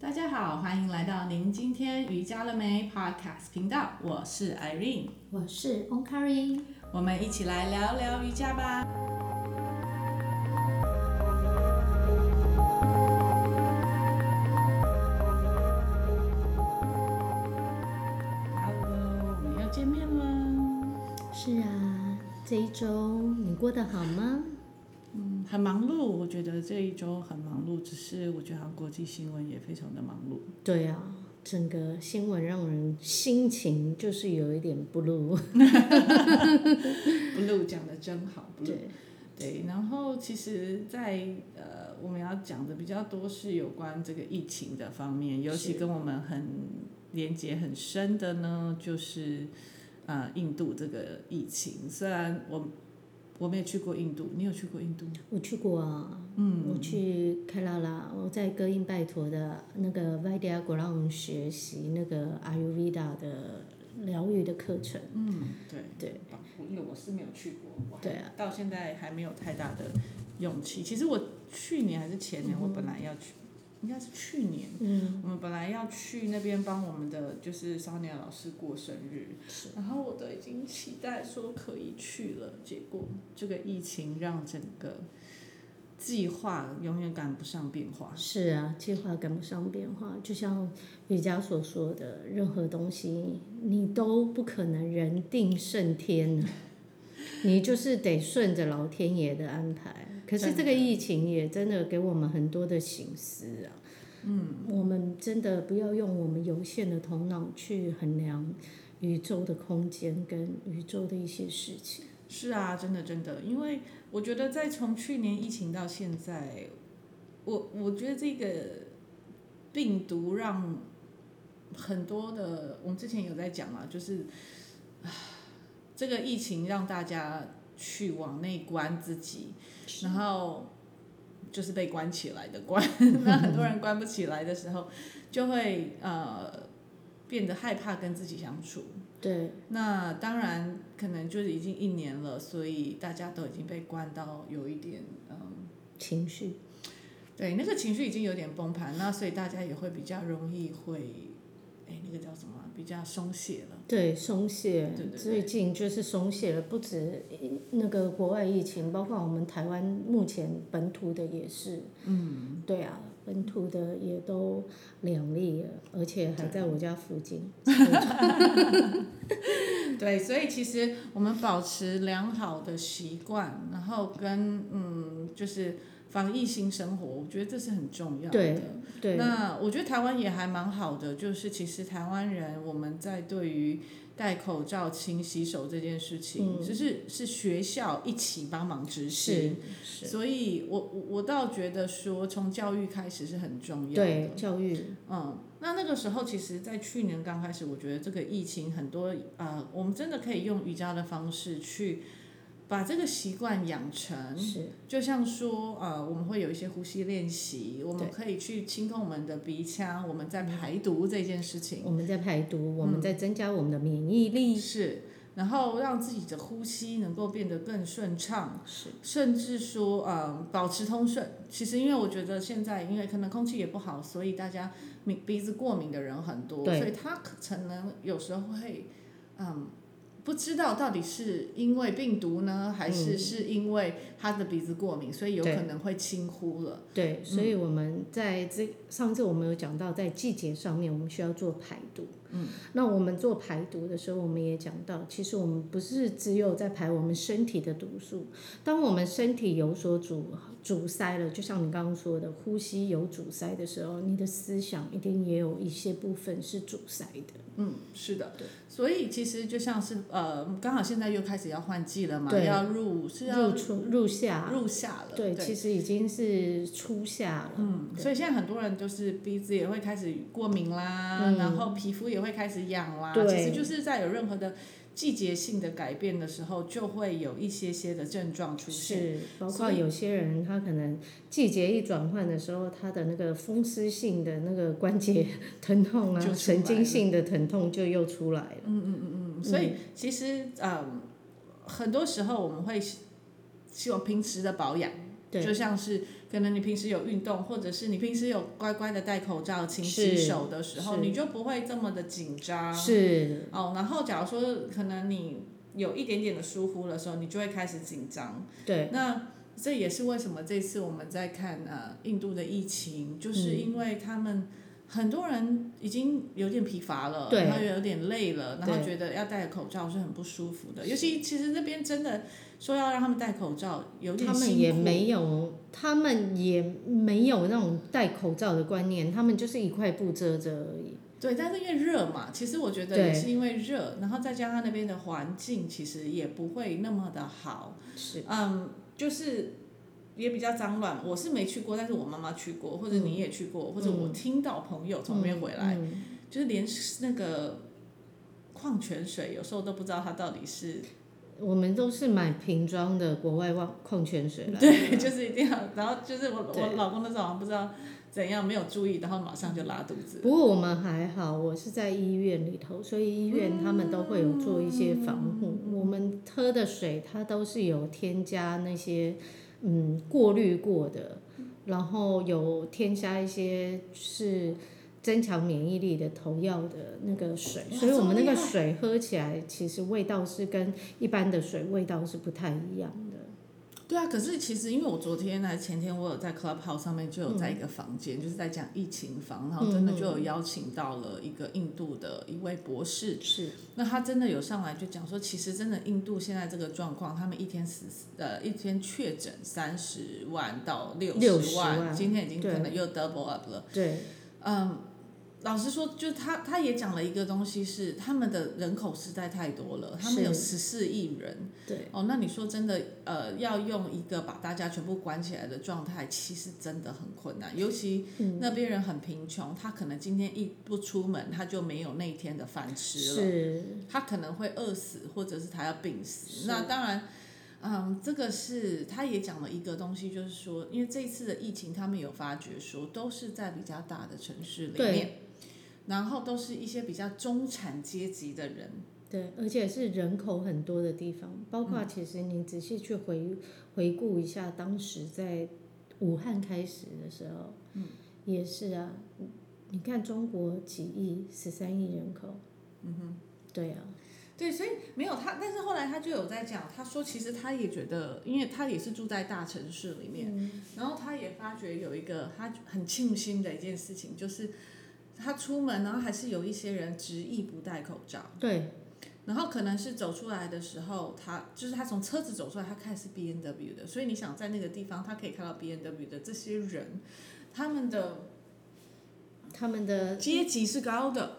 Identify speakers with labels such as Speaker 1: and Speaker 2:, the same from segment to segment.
Speaker 1: 大家好，欢迎来到您今天瑜伽了没 Podcast 频道，我是 Irene，
Speaker 2: 我是 Onkari。
Speaker 1: 我们一起来聊聊瑜伽吧。Hello，我们又见面了。
Speaker 2: 是啊，这一周你过得好吗？
Speaker 1: 嗯，很忙碌，我觉得这一周很忙碌，只是我觉得好像国际新闻也非常的忙碌。
Speaker 2: 对啊，整个新闻让人心情就是有一点 blue。
Speaker 1: Blue 讲的真好，Blue。
Speaker 2: 对，
Speaker 1: 对，然后其实在，呃，我们要讲的比较多是有关这个疫情的方面，尤其
Speaker 2: 是
Speaker 1: 跟我们很连接很深的呢，就是呃印度这个疫情。虽然我我没有去过印度，你有去过印度吗？
Speaker 2: 我去过啊，嗯，我去开拉拉，我在哥印拜陀的那个 Vidya g r o u n 学习那个 Ayurveda 的疗愈的课程。
Speaker 1: 嗯，对
Speaker 2: 对，
Speaker 1: 因为我是没有去过，我还
Speaker 2: 对啊，
Speaker 1: 到现在还没有太大的勇气。其实我去年还是前年，我本来要去，应该是去年。
Speaker 2: 嗯，
Speaker 1: 我们本来要去那边帮我们的就是少年老师过生日，然后我都已经期待说可以去了，结果这个疫情让整个计划永远赶不上变化。
Speaker 2: 是啊，计划赶不上变化，就像瑜伽所说的，任何东西你都不可能人定胜天呢，你就是得顺着老天爷的安排。可是这
Speaker 1: 真
Speaker 2: 个
Speaker 1: 的
Speaker 2: 疫情也真的给我们很多的醒思啊。嗯，我们真的不要用我们有限的头脑去衡量宇宙的空间跟宇宙的一些事情。
Speaker 1: 是啊，真的真的，因为我觉得在从去年疫情到现在，我我觉得这个病毒让很多的，我们之前有在讲嘛，就是唉这个疫情让大家去往内关自己，然后就是被关起来的关，那很多人关不起来的时候，就会呃变得害怕跟自己相处。
Speaker 2: 对，
Speaker 1: 那当然，可能就是已经一年了，所以大家都已经被关到有一点，嗯，
Speaker 2: 情绪
Speaker 1: 对，那个情绪已经有点崩盘，那所以大家也会比较容易会，哎，那个叫什么啊，比较松懈了。
Speaker 2: 对，松懈。
Speaker 1: 对对对
Speaker 2: 最近就是松懈了，不止那个国外疫情，包括我们台湾目前本土的也是。嗯。对啊，本土的也都两例了，而且还
Speaker 1: 啊
Speaker 2: 在我家附近。
Speaker 1: 对，所以其实我们保持良好的习惯，然后跟嗯，就是防疫性生活，我觉得这是很重要的。
Speaker 2: 对对
Speaker 1: 那我觉得台湾也还蛮好的，就是其实台湾人我们在对于戴口罩、勤洗手这件事情，
Speaker 2: 嗯
Speaker 1: 就是是学校一起帮忙执
Speaker 2: 是
Speaker 1: 行。
Speaker 2: 是，
Speaker 1: 所以我我我倒觉得说，从教育开始是很重要的。
Speaker 2: 对教育
Speaker 1: 嗯，那那个时候，其实，在去年刚开始，我觉得这个疫情很多，呃，我们真的可以用瑜伽的方式去把这个习惯养成。
Speaker 2: 是
Speaker 1: 就像说，呃，我们会有一些呼吸练习，我们
Speaker 2: 对嗯
Speaker 1: 可以去清空我们的鼻腔，我们在排毒这件事情
Speaker 2: 我们在排毒，
Speaker 1: 嗯
Speaker 2: 我们在增加我们的免疫力。
Speaker 1: 是，然后让自己的呼吸能够变得更顺畅，
Speaker 2: 是
Speaker 1: 甚至说，呃，保持通顺。其实，因为我觉得现在，因为可能空气也不好，所以大家敏鼻子过敏的人很多，
Speaker 2: 对
Speaker 1: 所以他可能有时候会，嗯，不知道到底是因为病毒呢，还是是因为他的鼻子过敏，所以有
Speaker 2: 嗯对
Speaker 1: 可能会轻忽了。
Speaker 2: 对，所以我们在这上次我们有讲到，在季节上面我们需要做排毒。嗯，那我们做排毒的时候，我们也讲到，其实我们不是只有在排我们身体的毒素，当我们身体有所阻阻塞了，就像你刚刚说的，呼吸有阻塞的时候，你的思想一定也有一些部分是阻塞的。
Speaker 1: 嗯，是的
Speaker 2: 对，
Speaker 1: 所以其实就像是呃，刚好现在又开始要换季了嘛，
Speaker 2: 对
Speaker 1: 要入是要
Speaker 2: 入春入夏，
Speaker 1: 入夏了，
Speaker 2: 对，其实已经是初夏了。
Speaker 1: 嗯，所以现在很多人就是鼻子也会开始过敏啦，
Speaker 2: 嗯
Speaker 1: 然后皮肤也会开始痒啦，
Speaker 2: 对
Speaker 1: 其实就是在有任何的季节性的改变的时候，就会有一些些的症状出现。
Speaker 2: 是，包
Speaker 1: 所
Speaker 2: 括有些人他可能季节一转换的时候，他的那个风湿性的那个 关节疼痛
Speaker 1: 就出
Speaker 2: 啊，
Speaker 1: 来
Speaker 2: 神
Speaker 1: 了
Speaker 2: 经性的疼痛就又出来了。
Speaker 1: 嗯，所以其实嗯，很多时候我们会希望平时的保养，
Speaker 2: 对
Speaker 1: 就像是可能你平时有运动，或者是你平时有乖乖的戴口罩、勤洗
Speaker 2: 是
Speaker 1: 手的时候，
Speaker 2: 是
Speaker 1: 你就不会这么的紧张。
Speaker 2: 是
Speaker 1: 哦，然后假如说可能你有一点点的疏忽的时候，你就会开始紧张。
Speaker 2: 对，
Speaker 1: 那这也是为什么这次我们在看呃印度的疫情，就是因为他们很多人已经有点疲乏了，
Speaker 2: 对
Speaker 1: 然后有点累了，然后
Speaker 2: 对
Speaker 1: 觉得要戴口罩是很不舒服的。尤其其实那边真的说要让他们戴口罩，有点
Speaker 2: 他
Speaker 1: 辛
Speaker 2: 们
Speaker 1: 苦。
Speaker 2: 也没有，他们也没有那种戴口罩的观念，他们就是一块布遮着而已。
Speaker 1: 对，但是因为热嘛，其实我觉得
Speaker 2: 对
Speaker 1: 也是因为热，然后再加上那边的环境其实也不会那么的好。
Speaker 2: 是
Speaker 1: 嗯，就是也比较脏乱。我是没去过，但是我妈妈去过，或者你也去过，或者我听到朋友从那边回来，
Speaker 2: 嗯
Speaker 1: 就是连那个矿泉水有时候都不知道它到底是
Speaker 2: 我们都是买瓶装的国外矿矿泉水来。
Speaker 1: 对，就是一定要。然后就是我我
Speaker 2: 对
Speaker 1: 老公那时候好像不知道怎样，没有注意，然后马上就拉肚子。
Speaker 2: 不过我们还好，我是在医院里头，所以医院他们都会有做一些防护。
Speaker 1: 嗯
Speaker 2: 我们喝的水它都是有添加那些嗯过滤过的，然后有添加一些是增强免疫力的投药的那个水，
Speaker 1: 哇
Speaker 2: 所以我们那
Speaker 1: 这么
Speaker 2: 个
Speaker 1: 厉害
Speaker 2: 水喝起来其实味道是跟一般的水味道是不太一样的。
Speaker 1: 对啊，可是其实因为我昨天呢，前天我有在 Clubhouse 上面就有
Speaker 2: 嗯
Speaker 1: 在一个房间，就是在讲疫情房，然后真的就有邀请到了一个印度的一位博士，
Speaker 2: 是
Speaker 1: 那他真的有上来就讲说，其实真的印度现在这个状况，他们一天死呃一天确诊三十万到六
Speaker 2: 60
Speaker 1: 万，
Speaker 2: 万
Speaker 1: 今天已经
Speaker 2: 对
Speaker 1: 可能又 double up 了。
Speaker 2: 对，
Speaker 1: 嗯，老实说，就他他也讲了一个东西是，他们的人口实在太多了，他们
Speaker 2: 是
Speaker 1: 有十四亿人。
Speaker 2: 对
Speaker 1: 哦，那你说真的，呃，要用一个把大家全部关起来的状态，其实真的很困难，尤其
Speaker 2: 嗯
Speaker 1: 那边人很贫穷，他可能今天一不出门，他就没有那一天的饭吃了。
Speaker 2: 是
Speaker 1: 他可能会饿死，或者是他要病死。
Speaker 2: 是
Speaker 1: 那当然，嗯，这个是他也讲了一个东西，就是说，因为这一次的疫情，他们有发觉说，都是在比较大的城市里
Speaker 2: 对
Speaker 1: 面，然后都是一些比较中产阶级的人。
Speaker 2: 对，而且是人口很多的地方，包括其实你仔细去回、回顾一下，当时在武汉开始的时候，嗯，也是啊，你你看中国几亿，十三亿人口，嗯哼，对啊，
Speaker 1: 对，所以没有他，但是后来他就有在讲，他说其实他也觉得，因为他也是住在大城市里面，然后他也发觉有一个他很庆幸的一件事情，就是他出门，然后还是有一些人执意不戴口罩。
Speaker 2: 对，
Speaker 1: 然后可能是走出来的时候，他就是他从车子走出来，他看是 B N W 的，所以你想在那个地方，他可以看到 B N W 的这些人，他们的
Speaker 2: 他们的，
Speaker 1: 阶级是高的，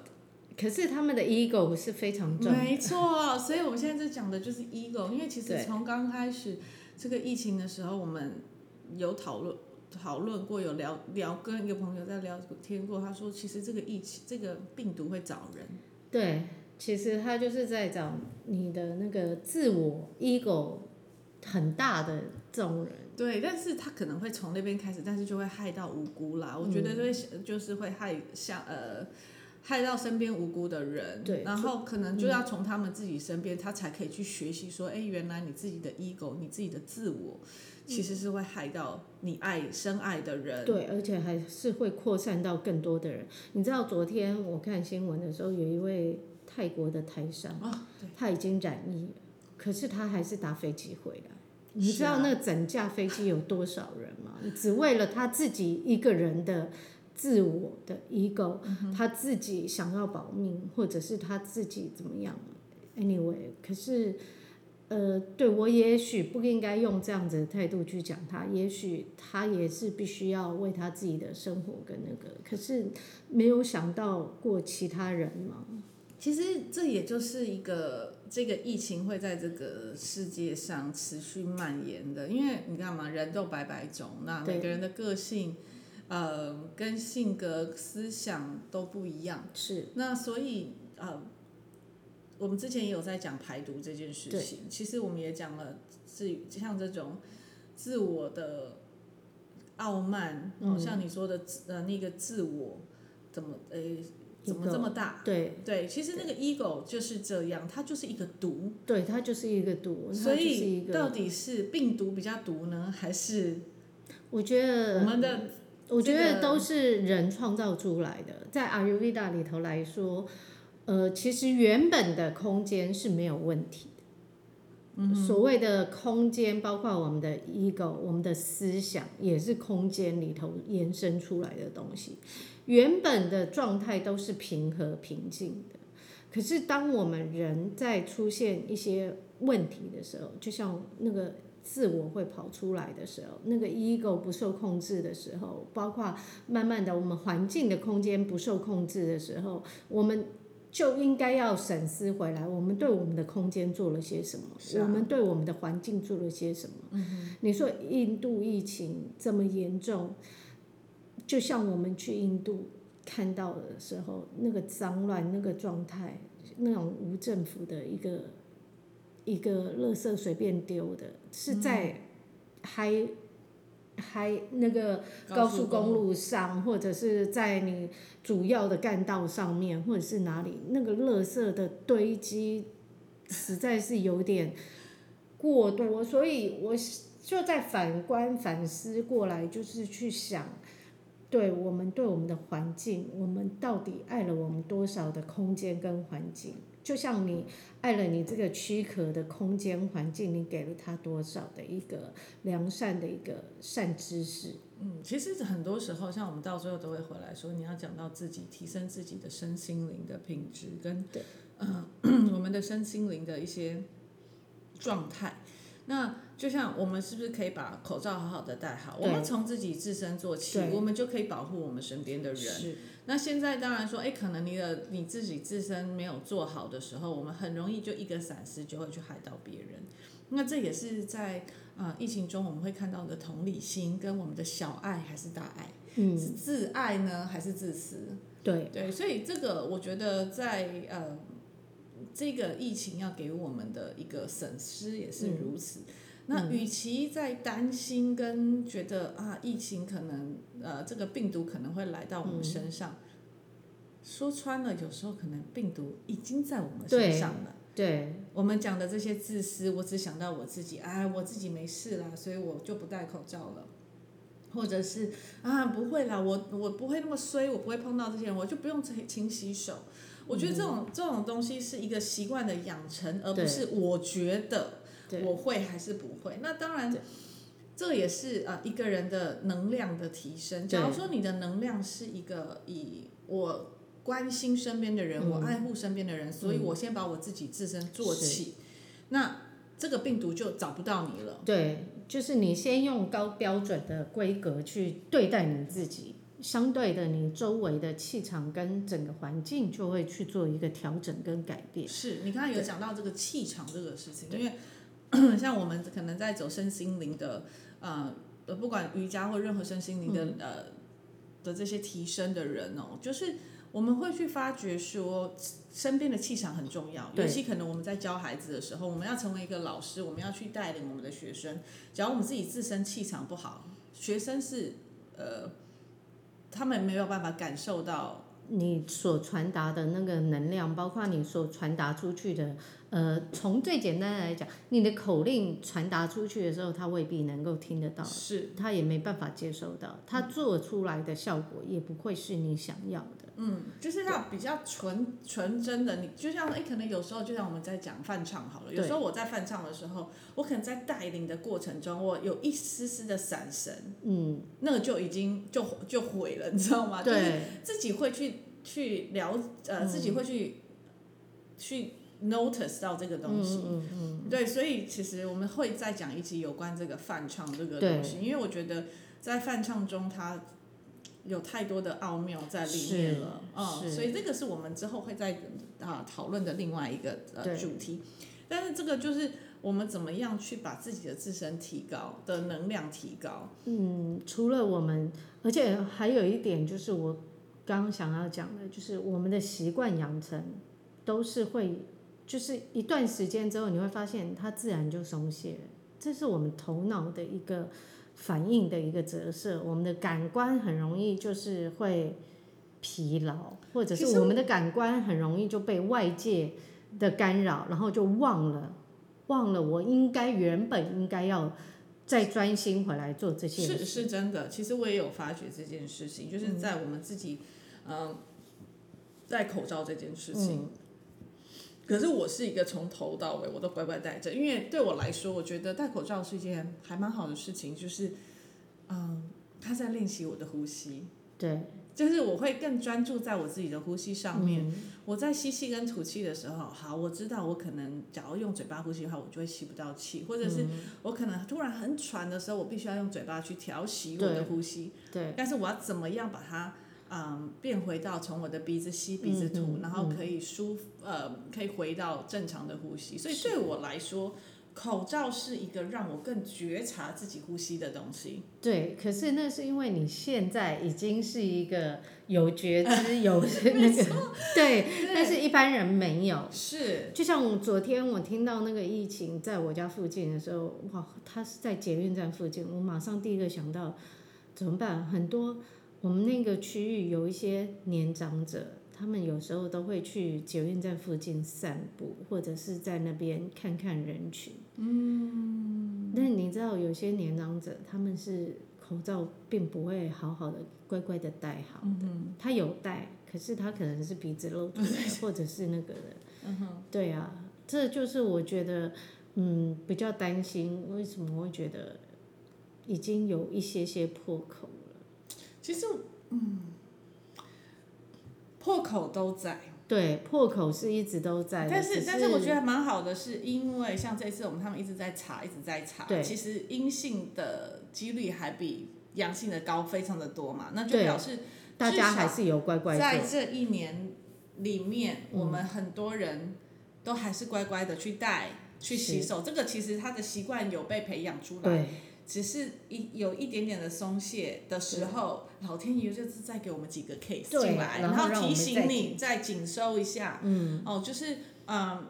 Speaker 2: 可是他们的 ego 是非常重的，
Speaker 1: 没错。所以我们现在在讲的就是 ego，因为其实
Speaker 2: 对
Speaker 1: 从刚开始这个疫情的时候，我们有讨论讨论过，有聊聊跟一个朋友在聊天过，他说其实这个疫情这个病毒会找人，
Speaker 2: 对，其实他就是在找你的那个自我 ego 很大的这种人，
Speaker 1: 对，但是他可能会从那边开始，但是就会害到无辜啦。我觉
Speaker 2: 嗯
Speaker 1: 得对，就是会害像呃，害到身边无辜的人。
Speaker 2: 对嗯
Speaker 1: 然后可能就要从他们自己身边，他才可以去学习说，哎，原来你自己的 ego，你自己的自我，其实是会害到你爱深爱的人。
Speaker 2: 嗯对，而且还是会扩散到更多的人。你知道昨天我看新闻的时候，有一位泰国的台商，
Speaker 1: 啊，对，
Speaker 2: 他已经染疫了，可是他还是搭飞机回来。你
Speaker 1: 是
Speaker 2: 知道
Speaker 1: 啊
Speaker 2: 那整架飞机有多少人吗？只为了他自己一个人的自我的 ego，、他自己想要保命，或者是他自己怎么样？Anyway，可是，呃，对我也许不应该用这样子的态度去讲他，也许他也是必须要为他自己的生活跟那个，可是没有想到过其他人嘛，
Speaker 1: 其实这也就是一个这个疫情会在这个世界上持续蔓延的，因为你看嘛，人都百百种，那
Speaker 2: 对
Speaker 1: 每个人的个性，呃，跟性格、思想都不一样，
Speaker 2: 是
Speaker 1: 那所以呃，我们之前也有在讲排毒这件事情，其实我们也讲了自像这种自我的傲慢，好、
Speaker 2: 嗯
Speaker 1: 像你说的自呃那个自我怎么诶、怎么
Speaker 2: Ego
Speaker 1: 这么大？
Speaker 2: 对。
Speaker 1: 对，其实那个 ego 就是这样，它就是一个毒，
Speaker 2: 对，它就是一个毒，它
Speaker 1: 所
Speaker 2: 就是一
Speaker 1: 以到
Speaker 2: 个。
Speaker 1: 底是病毒比较毒呢，还是
Speaker 2: 我觉
Speaker 1: 我
Speaker 2: 得，
Speaker 1: 们的
Speaker 2: 我觉
Speaker 1: 这
Speaker 2: 得
Speaker 1: 个
Speaker 2: 都是人创造出来的。在阿 u v 达里头来说，呃，其实原本的空间是没有问题的。
Speaker 1: 嗯
Speaker 2: 所谓的空间，包括我们的 ego，我们的思想，也是空间里头延伸出来的东西。原本的状态都是平和平静的，可是当我们人在出现一些问题的时候，就像那个自我会跑出来的时候，那个 ego 不受控制的时候，包括慢慢的我们环境的空间不受控制的时候，我们就应该要审视回来，我们对我们的空间做了些什么，
Speaker 1: 是啊嗯
Speaker 2: 我们对我们的环境做了些什么。你说印度疫情这么严重，就像我们去印度看到的时候，那个脏乱、那个状态、那种无政府的一个一个垃圾随便丢的，是在还、还那个高速公路上，或者是在你主要的干道上面，或者是哪里，那个垃圾的堆积实在是有点过多，所以我就在反观反思过来，就是去想，对我们对我们的环境，我们到底爱了我们多少的空间跟环境？就像你爱了你这个躯壳的空间环境，你给了它多少的一个良善的一个善知识？
Speaker 1: 嗯，其实很多时候，像我们到最后都会回来说，你要讲到自己提升自己的身心灵的品质，跟
Speaker 2: 对，
Speaker 1: 嗯、 我们的身心灵的一些状态。那就像我们是不是可以把口罩好好的戴好？我
Speaker 2: 对
Speaker 1: 们从自己自身做起
Speaker 2: 对，
Speaker 1: 我们就可以保护我们身边的人。
Speaker 2: 是，
Speaker 1: 那现在当然说，哎，可能你的你自己自身没有做好的时候，我们很容易就一个闪失就会去害到别人。那这也是在呃疫情中我们会看到的同理心跟我们的小爱还是大爱，是
Speaker 2: 嗯，
Speaker 1: 自爱呢还是自私？
Speaker 2: 对，
Speaker 1: 对，所以这个我觉得在呃这个疫情要给我们的一个损失也是如此。那与其在担心跟觉得啊疫情可能呃这个病毒可能会来到我们身上，说穿了有时候可能病毒已经在我们身
Speaker 2: 对
Speaker 1: 上了。
Speaker 2: 对，
Speaker 1: 我们讲的这些自私，我只想到我自己，哎，我自己没事啦，所以我就不戴口罩了，或者是啊，不会啦，我我不会那么衰，我不会碰到这些人，我就不用勤勤洗手。我觉得这种、这种东西是一个习惯的养成，而不
Speaker 2: 对
Speaker 1: 是我觉得
Speaker 2: 对，
Speaker 1: 我会还是不会？那当然
Speaker 2: 对，
Speaker 1: 这也是呃一个人的能量的提升。
Speaker 2: 对
Speaker 1: 假如说你的能量是一个以我关心身边的人，
Speaker 2: 嗯
Speaker 1: 我爱护身边的人，所以我先把我自己自身做起，那这个病毒就找不到你了。
Speaker 2: 对，就是你先用高标准的规格去对待你自己，相对的，你周围的气场跟整个环境就会去做一个调整跟改变。
Speaker 1: 是你刚才有
Speaker 2: 对
Speaker 1: 讲到这个气场这个事情，因为 像我们可能在走身心灵的呃，不管瑜伽或任何身心灵的、
Speaker 2: 嗯
Speaker 1: 呃的这些提升的人哦，就是我们会去发觉说身边的气场很重要，尤
Speaker 2: 对
Speaker 1: 其可能我们在教孩子的时候，我们要成为一个老师，我们要去带领我们的学生。假如我们自己自身气场不好，学生是呃，他们没有办法感受到
Speaker 2: 你所传达的那个能量，包括你所传达出去的，呃，从最简单的来讲，你的口令传达出去的时候，他未必能够听得到，
Speaker 1: 是
Speaker 2: 他也没办法接收到，他做出来的效果也不会是你想要的。
Speaker 1: 嗯，就是要比较纯纯真的，你就像哎、可能有时候就像我们在讲饭唱好了，有
Speaker 2: 对
Speaker 1: 时候我在饭唱的时候，我可能在带领的过程中，我有一丝丝的闪神，
Speaker 2: 嗯，
Speaker 1: 那个就已经就就毁了，你知道吗？就是
Speaker 2: 对，
Speaker 1: 自己会去去了呃，
Speaker 2: 嗯
Speaker 1: 自己会去去 notice 到这个东西。
Speaker 2: 嗯嗯嗯，
Speaker 1: 对，所以其实我们会再讲一集有关这个泛唱这个
Speaker 2: 对
Speaker 1: 东西，因为我觉得在泛唱中它有太多的奥妙在里
Speaker 2: 是
Speaker 1: 面了，嗯，
Speaker 2: 是
Speaker 1: 所以这个是我们之后会在啊讨论的另外一个呃
Speaker 2: 对
Speaker 1: 主题，但是这个就是我们怎么样去把自己的自身提高的能量提高，
Speaker 2: 嗯，除了我们，而且还有一点就是我刚刚想要讲的，就是我们的习惯养成都是会，就是一段时间之后，你会发现它自然就松懈了。这是我们头脑的一个反应的一个折射，我们的感官很容易就是会疲劳，或者
Speaker 1: 其
Speaker 2: 是
Speaker 1: 实
Speaker 2: 我们的感官很容易就被外界的干扰，然后就忘了忘了我应该原本应该要再专心回来做这件事。
Speaker 1: 是是真的，其实我也有发觉这件事情，就是在我们自己，嗯、戴口罩这件事情。
Speaker 2: 嗯
Speaker 1: 可是我是一个从头到尾我都乖乖戴着，因为对我来说，我觉得戴口罩是一件还蛮好的事情，就是，嗯，他在练习我的呼吸，
Speaker 2: 对，
Speaker 1: 就是我会更专注在我自己的呼吸上面。
Speaker 2: 嗯
Speaker 1: 我在吸气跟吐气的时候，好，我知道我可能假如用嘴巴呼吸的话，我就会吸不到气，或者
Speaker 2: 嗯
Speaker 1: 是我可能突然很喘的时候，我必须要用嘴巴去调息我
Speaker 2: 对
Speaker 1: 的呼吸。
Speaker 2: 对，
Speaker 1: 但是我要怎么样把它嗯变回到从我的鼻子吸鼻子吐，
Speaker 2: 嗯嗯
Speaker 1: 然后可以舒服呃可以回到正常的呼吸。所以对我来说，口罩是一个让我更觉察自己呼吸的东西。
Speaker 2: 对，可是那是因为你现在已经是一个有觉知、有 那个，对，但是一般人没有。
Speaker 1: 是
Speaker 2: 就像我昨天我听到那个疫情在我家附近的时候，哇，他是在捷运站附近，我马上第一个想到怎么办？很多我们那个区域有一些年长者，他们有时候都会去捷运站附近散步，或者是在那边看看人群。嗯，但你知道有些年长者他们是口罩并不会好好的乖乖的戴好的，他有戴，可是他可能是鼻子露出来， 或者是那个的。对啊，这就是我觉得，嗯，比较担心为什么会觉得已经有一些些破口了。
Speaker 1: 其实嗯破口都在。
Speaker 2: 对，破口是一直都在的，
Speaker 1: 但是
Speaker 2: 只
Speaker 1: 但是我觉得蛮好的，是因为像这次我们他们一直在查，一直在查，
Speaker 2: 对
Speaker 1: 其实阴性的几率还比阳性的高，非常的多嘛，那就
Speaker 2: 对
Speaker 1: 表示
Speaker 2: 大
Speaker 1: 至
Speaker 2: 家
Speaker 1: 少
Speaker 2: 还是有乖乖
Speaker 1: 在
Speaker 2: 做，
Speaker 1: 这一年里面，
Speaker 2: 嗯
Speaker 1: 我们很多人都还是乖乖的去戴、去洗手，这个其实他的习惯有被培养出来，
Speaker 2: 对
Speaker 1: 只是一有一点点的松懈的时候，老天爷就是再给我们几个 case
Speaker 2: 对
Speaker 1: 进来，
Speaker 2: 然
Speaker 1: 然
Speaker 2: 后让我
Speaker 1: 提
Speaker 2: 们
Speaker 1: 醒
Speaker 2: 再
Speaker 1: 你再紧收一下，嗯，哦，就是嗯。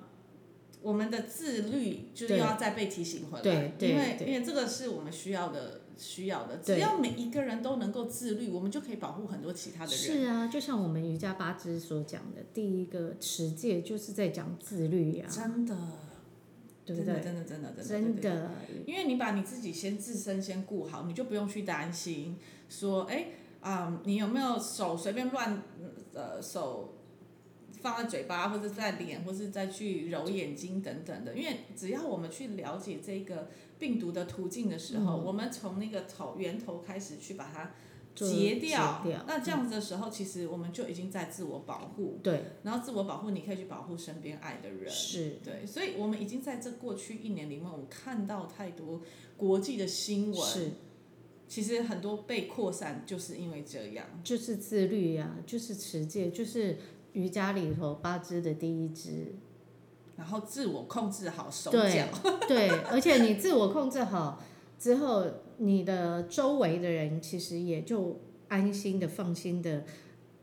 Speaker 1: 我们的自律就是
Speaker 2: 对
Speaker 1: 要再被提醒回来，
Speaker 2: 对对
Speaker 1: 因为
Speaker 2: 对
Speaker 1: 因为这个是我们需要的需要的，
Speaker 2: 对
Speaker 1: 只要每一个人都能够自律，我们就可以保护很多其他的人。
Speaker 2: 是啊，就像我们瑜伽八支所讲的，第一个持戒就是在讲自律呀、啊，
Speaker 1: 真的，
Speaker 2: 对不
Speaker 1: 真的
Speaker 2: 对？
Speaker 1: 真的真的真的真
Speaker 2: 真
Speaker 1: 的，
Speaker 2: 的，
Speaker 1: 因为你把你自己先自身先顾好，你就不用去担心说，哎啊、你有没有手随便乱呃手放在嘴巴，或者在脸，或是再去揉眼睛等等的。因为只要我们去了解这个病毒的途径的时候，我们从那个头源头开始去把它。
Speaker 2: 做
Speaker 1: 截
Speaker 2: 截掉
Speaker 1: 那这样子的时候，其实我们就已经在自我保护，
Speaker 2: 对，
Speaker 1: 然后自我保护，你可以去保护身边爱的人。
Speaker 2: 是，
Speaker 1: 对，所以我们已经在这过去一年里面，我们看到太多国际的新闻，
Speaker 2: 是，
Speaker 1: 其实很多被扩散就是因为这样。
Speaker 2: 就是自律呀、就是持戒，就是瑜伽里头八支的第一支，
Speaker 1: 然后自我控制好手
Speaker 2: 对
Speaker 1: 脚，
Speaker 2: 对，而且你自我控制好之后，你的周围的人其实也就安心的、放心的，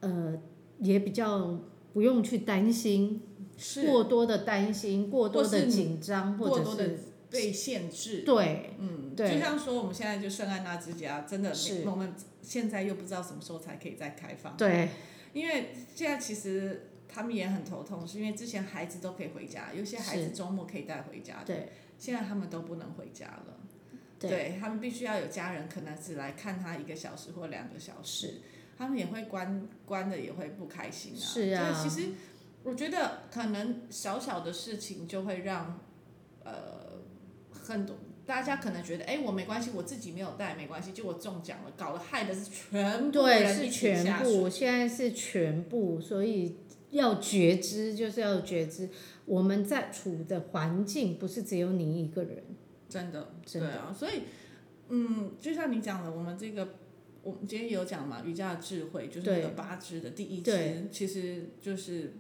Speaker 2: 呃，也比较不用去担心
Speaker 1: 是
Speaker 2: 过多的担心、过多
Speaker 1: 或
Speaker 2: 的
Speaker 1: 是你
Speaker 2: 紧张，或
Speaker 1: 过
Speaker 2: 者
Speaker 1: 多的
Speaker 2: 是
Speaker 1: 被限制。
Speaker 2: 对
Speaker 1: 嗯，
Speaker 2: 对
Speaker 1: 就像说我们现在就圣安娜之家，真的
Speaker 2: 是，
Speaker 1: 我们现在又不知道什么时候才可以再开放，
Speaker 2: 对
Speaker 1: 因为现在其实他们也很头痛，是因为之前孩子都可以回家，有些孩子
Speaker 2: 是
Speaker 1: 周末可以带回家，
Speaker 2: 对
Speaker 1: 现在他们都不能回家了。
Speaker 2: 对，
Speaker 1: 对他们必须要有家人，可能只来看他一个小时或两个小时
Speaker 2: 是，
Speaker 1: 他们也会关关的，也会不开心啊。
Speaker 2: 是啊
Speaker 1: 所以其实我觉得可能小小的事情就会让呃很多大家可能觉得，哎，我没关系，我自己没有带没关系，就我中奖了，搞得害的是全部
Speaker 2: 对
Speaker 1: 人
Speaker 2: 是
Speaker 1: 一起
Speaker 2: 全
Speaker 1: 下
Speaker 2: 部，
Speaker 1: 水。
Speaker 2: 现在是全部，所以。要觉知，就是要觉知，我们在处的环境不是只有你一个人，
Speaker 1: 真的，
Speaker 2: 真的
Speaker 1: 对啊，所以，嗯，就像你讲的，我们这个，我们今天有讲嘛，瑜伽的智慧就是那
Speaker 2: 对
Speaker 1: 个八支的第一
Speaker 2: 对
Speaker 1: 支，其实就是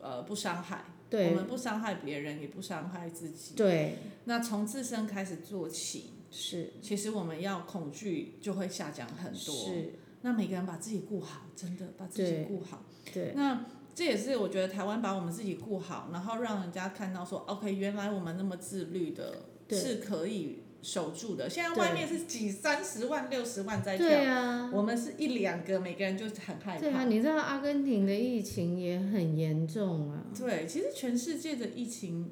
Speaker 1: 呃不伤害，我
Speaker 2: 对
Speaker 1: 们不伤害别人，也不伤害自己。
Speaker 2: 对
Speaker 1: 那从自身开始做起，
Speaker 2: 是
Speaker 1: 其实我们要恐惧就会下降很多。
Speaker 2: 是，
Speaker 1: 那每个人把自己顾好，真的把自己
Speaker 2: 对
Speaker 1: 顾好。
Speaker 2: 对
Speaker 1: 那这也是我觉得台湾把我们自己顾好，然后让人家看到说，OK，原来我们那么自律的
Speaker 2: 对
Speaker 1: 是可以守住的。现在
Speaker 2: 对
Speaker 1: 外面是几三十万、六十万在
Speaker 2: 对
Speaker 1: 跳，
Speaker 2: 啊，
Speaker 1: 我们是一两个，每个人就很害
Speaker 2: 对啊，
Speaker 1: 怕。
Speaker 2: 你知道阿根廷的疫情也很严重啊，
Speaker 1: 对，其实全世界的疫情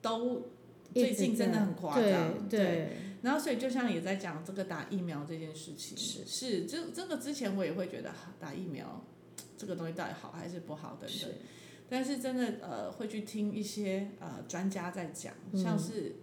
Speaker 1: 都
Speaker 2: 一
Speaker 1: 最
Speaker 2: 直
Speaker 1: 近真的
Speaker 2: 在
Speaker 1: 很夸张。
Speaker 2: 对对
Speaker 1: 然后所以就像也在讲这个打疫苗这件事情，
Speaker 2: 是
Speaker 1: 是这这个之前我也会觉得啊打疫苗这个东西到底好还是不好等等
Speaker 2: 是，
Speaker 1: 但是真的呃会去听一些呃专家在讲，
Speaker 2: 嗯
Speaker 1: 像是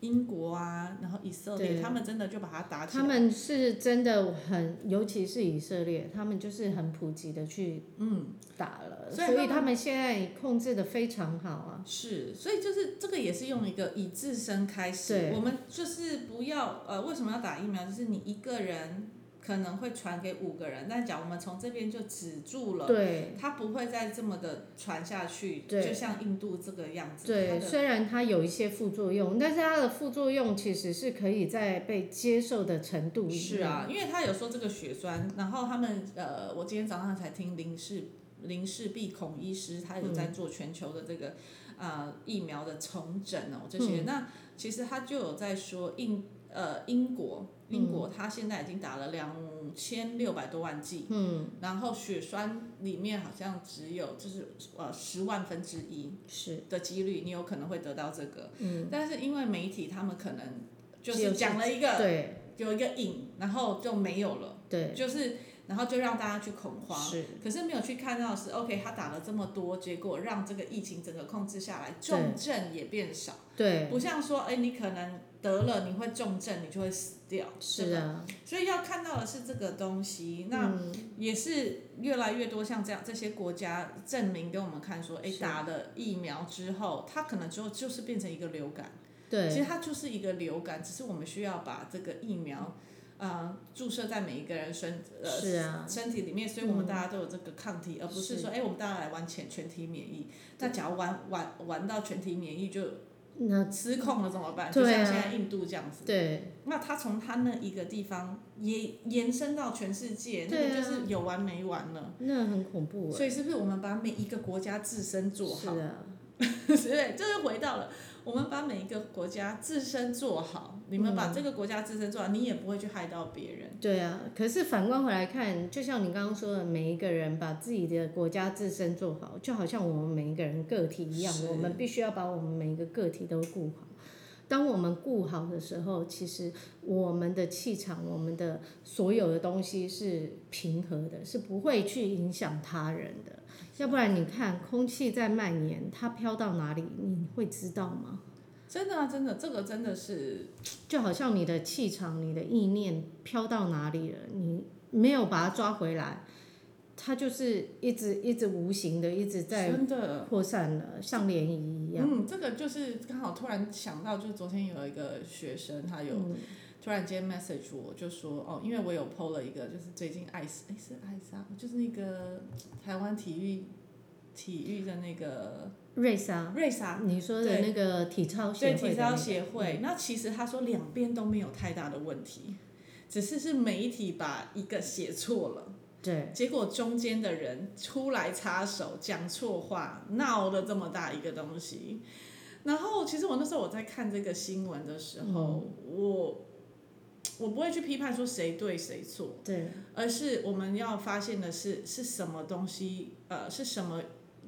Speaker 1: 英国啊，然后以色列，
Speaker 2: 对
Speaker 1: 他们真的就把它打起来，
Speaker 2: 他们是真的很，尤其是以色列，他们就是很普及的去
Speaker 1: 嗯
Speaker 2: 打了，
Speaker 1: 所以
Speaker 2: 所
Speaker 1: 他
Speaker 2: 以
Speaker 1: 们
Speaker 2: 他们现在控制的非常好啊。
Speaker 1: 是，所以就是这个也是用一个以自身开始
Speaker 2: 对，
Speaker 1: 我们就是不要呃为什么要打疫苗？就是你一个人可能会传给五个人，但假如我们从这边就止住了。
Speaker 2: 对
Speaker 1: 它不会再这么的传下去，
Speaker 2: 对
Speaker 1: 就像印度这个样子。它
Speaker 2: 对，
Speaker 1: 的
Speaker 2: 虽然它有一些副作用，但是它的副作用其实是可以在被接受的程度里面。
Speaker 1: 是啊，，因为他有说这个血栓，然后他们呃，我今天早上才听林氏林氏璧孔医师，他有在做全球的这个、呃疫苗的重整哦这
Speaker 2: 嗯
Speaker 1: 些。那其实他就有在说英呃英国英国，他现在已经打了两千六百多万剂，
Speaker 2: 嗯，
Speaker 1: 然后血栓里面好像只有就是呃十万分之一，
Speaker 2: 是，
Speaker 1: 的几率，你有可能会得到这个。
Speaker 2: 嗯，
Speaker 1: 但是因为媒体他们可能就
Speaker 2: 就是是
Speaker 1: 讲了一个
Speaker 2: 对
Speaker 1: 有一个瘾，然后就没有了，
Speaker 2: 对，
Speaker 1: 就是然后就让大家去恐慌。
Speaker 2: 是，
Speaker 1: 可是没有去看到的是，OK，他打了这么多，结果让这个疫情整个控制下来，重症也变少，
Speaker 2: 对，
Speaker 1: 不像说，哎，你可能得了，你会重症，你就会死掉，
Speaker 2: 是
Speaker 1: 对吧。
Speaker 2: 啊，
Speaker 1: 所以要看到的是这个东西，那
Speaker 2: 嗯
Speaker 1: 也是越来越多像这样这些国家证明给我们看说，哎，
Speaker 2: 是
Speaker 1: 打了疫苗之后，它可能就就是变成一个流感，其
Speaker 2: 对
Speaker 1: 实它就是一个流感，只是我们需要把这个疫苗，呃，注射在每一个人身呃
Speaker 2: 是啊，
Speaker 1: 身体里面，所以我们大家都有这个抗体，而不是
Speaker 2: 是
Speaker 1: 说，哎，我们大家来玩全全体免疫，那假如玩玩玩到全体免疫就
Speaker 2: 那
Speaker 1: 失控了怎么办？就
Speaker 2: 对
Speaker 1: 像
Speaker 2: 啊
Speaker 1: 现在印度这样子，
Speaker 2: 对
Speaker 1: 那他从他那一个地方也延伸到全世界，那
Speaker 2: 对
Speaker 1: 个
Speaker 2: 啊
Speaker 1: 就是有完没完了。
Speaker 2: 那很恐怖啊
Speaker 1: 所以是不是我们把每一个国家自身做
Speaker 2: 是
Speaker 1: 好？
Speaker 2: 啊，
Speaker 1: 对，这就回到了我们把每一个国家自身做好。你们
Speaker 2: 嗯
Speaker 1: 把这个国家自身做好，你也不会去害到别人。
Speaker 2: 对啊，可是反观回来看，就像你刚刚说的，每一个人把自己的国家自身做好，就好像我们每一个人个体一样
Speaker 1: 是，
Speaker 2: 我们必须要把我们每一个个体都顾好。当我们顾好的时候，其实我们的气场、我们的所有的东西是平和的，是不会去影响他人的。要不然你看，空气在蔓延，它飘到哪里，你会知道吗？
Speaker 1: 真的啊，真的，这个真的是
Speaker 2: 就好像你的气场、你的意念飘到哪里了，你没有把它抓回来，它就是一直一直无形的一直在
Speaker 1: 真的。
Speaker 2: 扩散了，像涟漪一样。
Speaker 1: 嗯，这个就是刚好突然想到，就是昨天有一个学生，他有
Speaker 2: 嗯，
Speaker 1: 突然间 message 我，就说哦，因为我有 PO 了一个，就是最近艾斯，哎是艾莎，就是那个台湾体育体育的那个啊
Speaker 2: 瑞莎，
Speaker 1: 瑞莎，
Speaker 2: 啊你说的
Speaker 1: 对
Speaker 2: 那个体操协
Speaker 1: 对
Speaker 2: 会的
Speaker 1: 体
Speaker 2: 那
Speaker 1: 操
Speaker 2: 个嗯
Speaker 1: 协会，那其实他说两边都没有太大的问题，只是是媒体把一个写错了，
Speaker 2: 对
Speaker 1: 结果中间的人出来插手，讲错话，闹了这么大一个东西。然后其实我那时候我在看这个新闻的时候，
Speaker 2: 嗯
Speaker 1: 我我不会去批判说谁对谁错，
Speaker 2: 对
Speaker 1: 而是我们要发现的是是什么东西，呃，是什么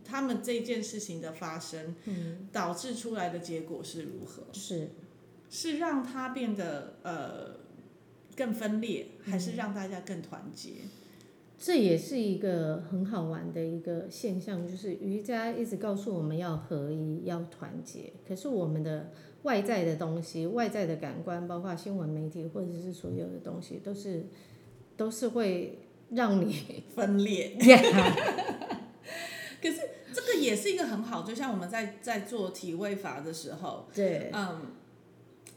Speaker 1: 他们这件事情的发生，
Speaker 2: 嗯
Speaker 1: 导致出来的结果是如何？
Speaker 2: 是
Speaker 1: 是让它变得呃更分裂，还是让大家更团结？
Speaker 2: 这也是一个很好玩的一个现象，就是瑜伽一直告诉我们要合一、要团结，可是我们的外在的东西、外在的感官，包括新闻媒体或者是所有的东西，都是都是会让 你
Speaker 1: 分裂。 可是这个也是一个很好，就像我们在在做体位法的时候，
Speaker 2: 对
Speaker 1: 嗯，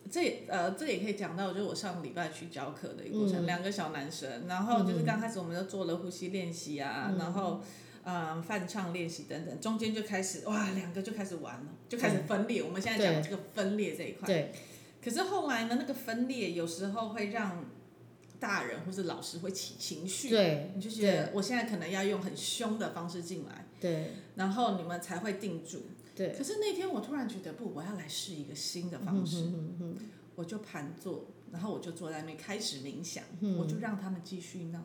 Speaker 1: 这也呃，这也可以讲到，就是我上礼拜去教课的一个过程，两个小男生，然后就是刚开始我们就做了呼吸练习啊，然后嗯，泛唱练习等等，中间就开始哇，两个就开始玩了，就开始分裂。我们现在讲这个分裂这一块，
Speaker 2: 对
Speaker 1: 可是后来呢，那个分裂有时候会让大人或是老师会起情绪，
Speaker 2: 对
Speaker 1: 你就觉得我现在可能要用很凶的方式进来，
Speaker 2: 对
Speaker 1: 然后你们才会定住。
Speaker 2: 对，
Speaker 1: 可是那天我突然觉得，不，我要来试一个新的方
Speaker 2: 嗯
Speaker 1: 式，我就盘坐，然后我就坐在那边开始冥想，
Speaker 2: 嗯
Speaker 1: 我就让他们继续闹。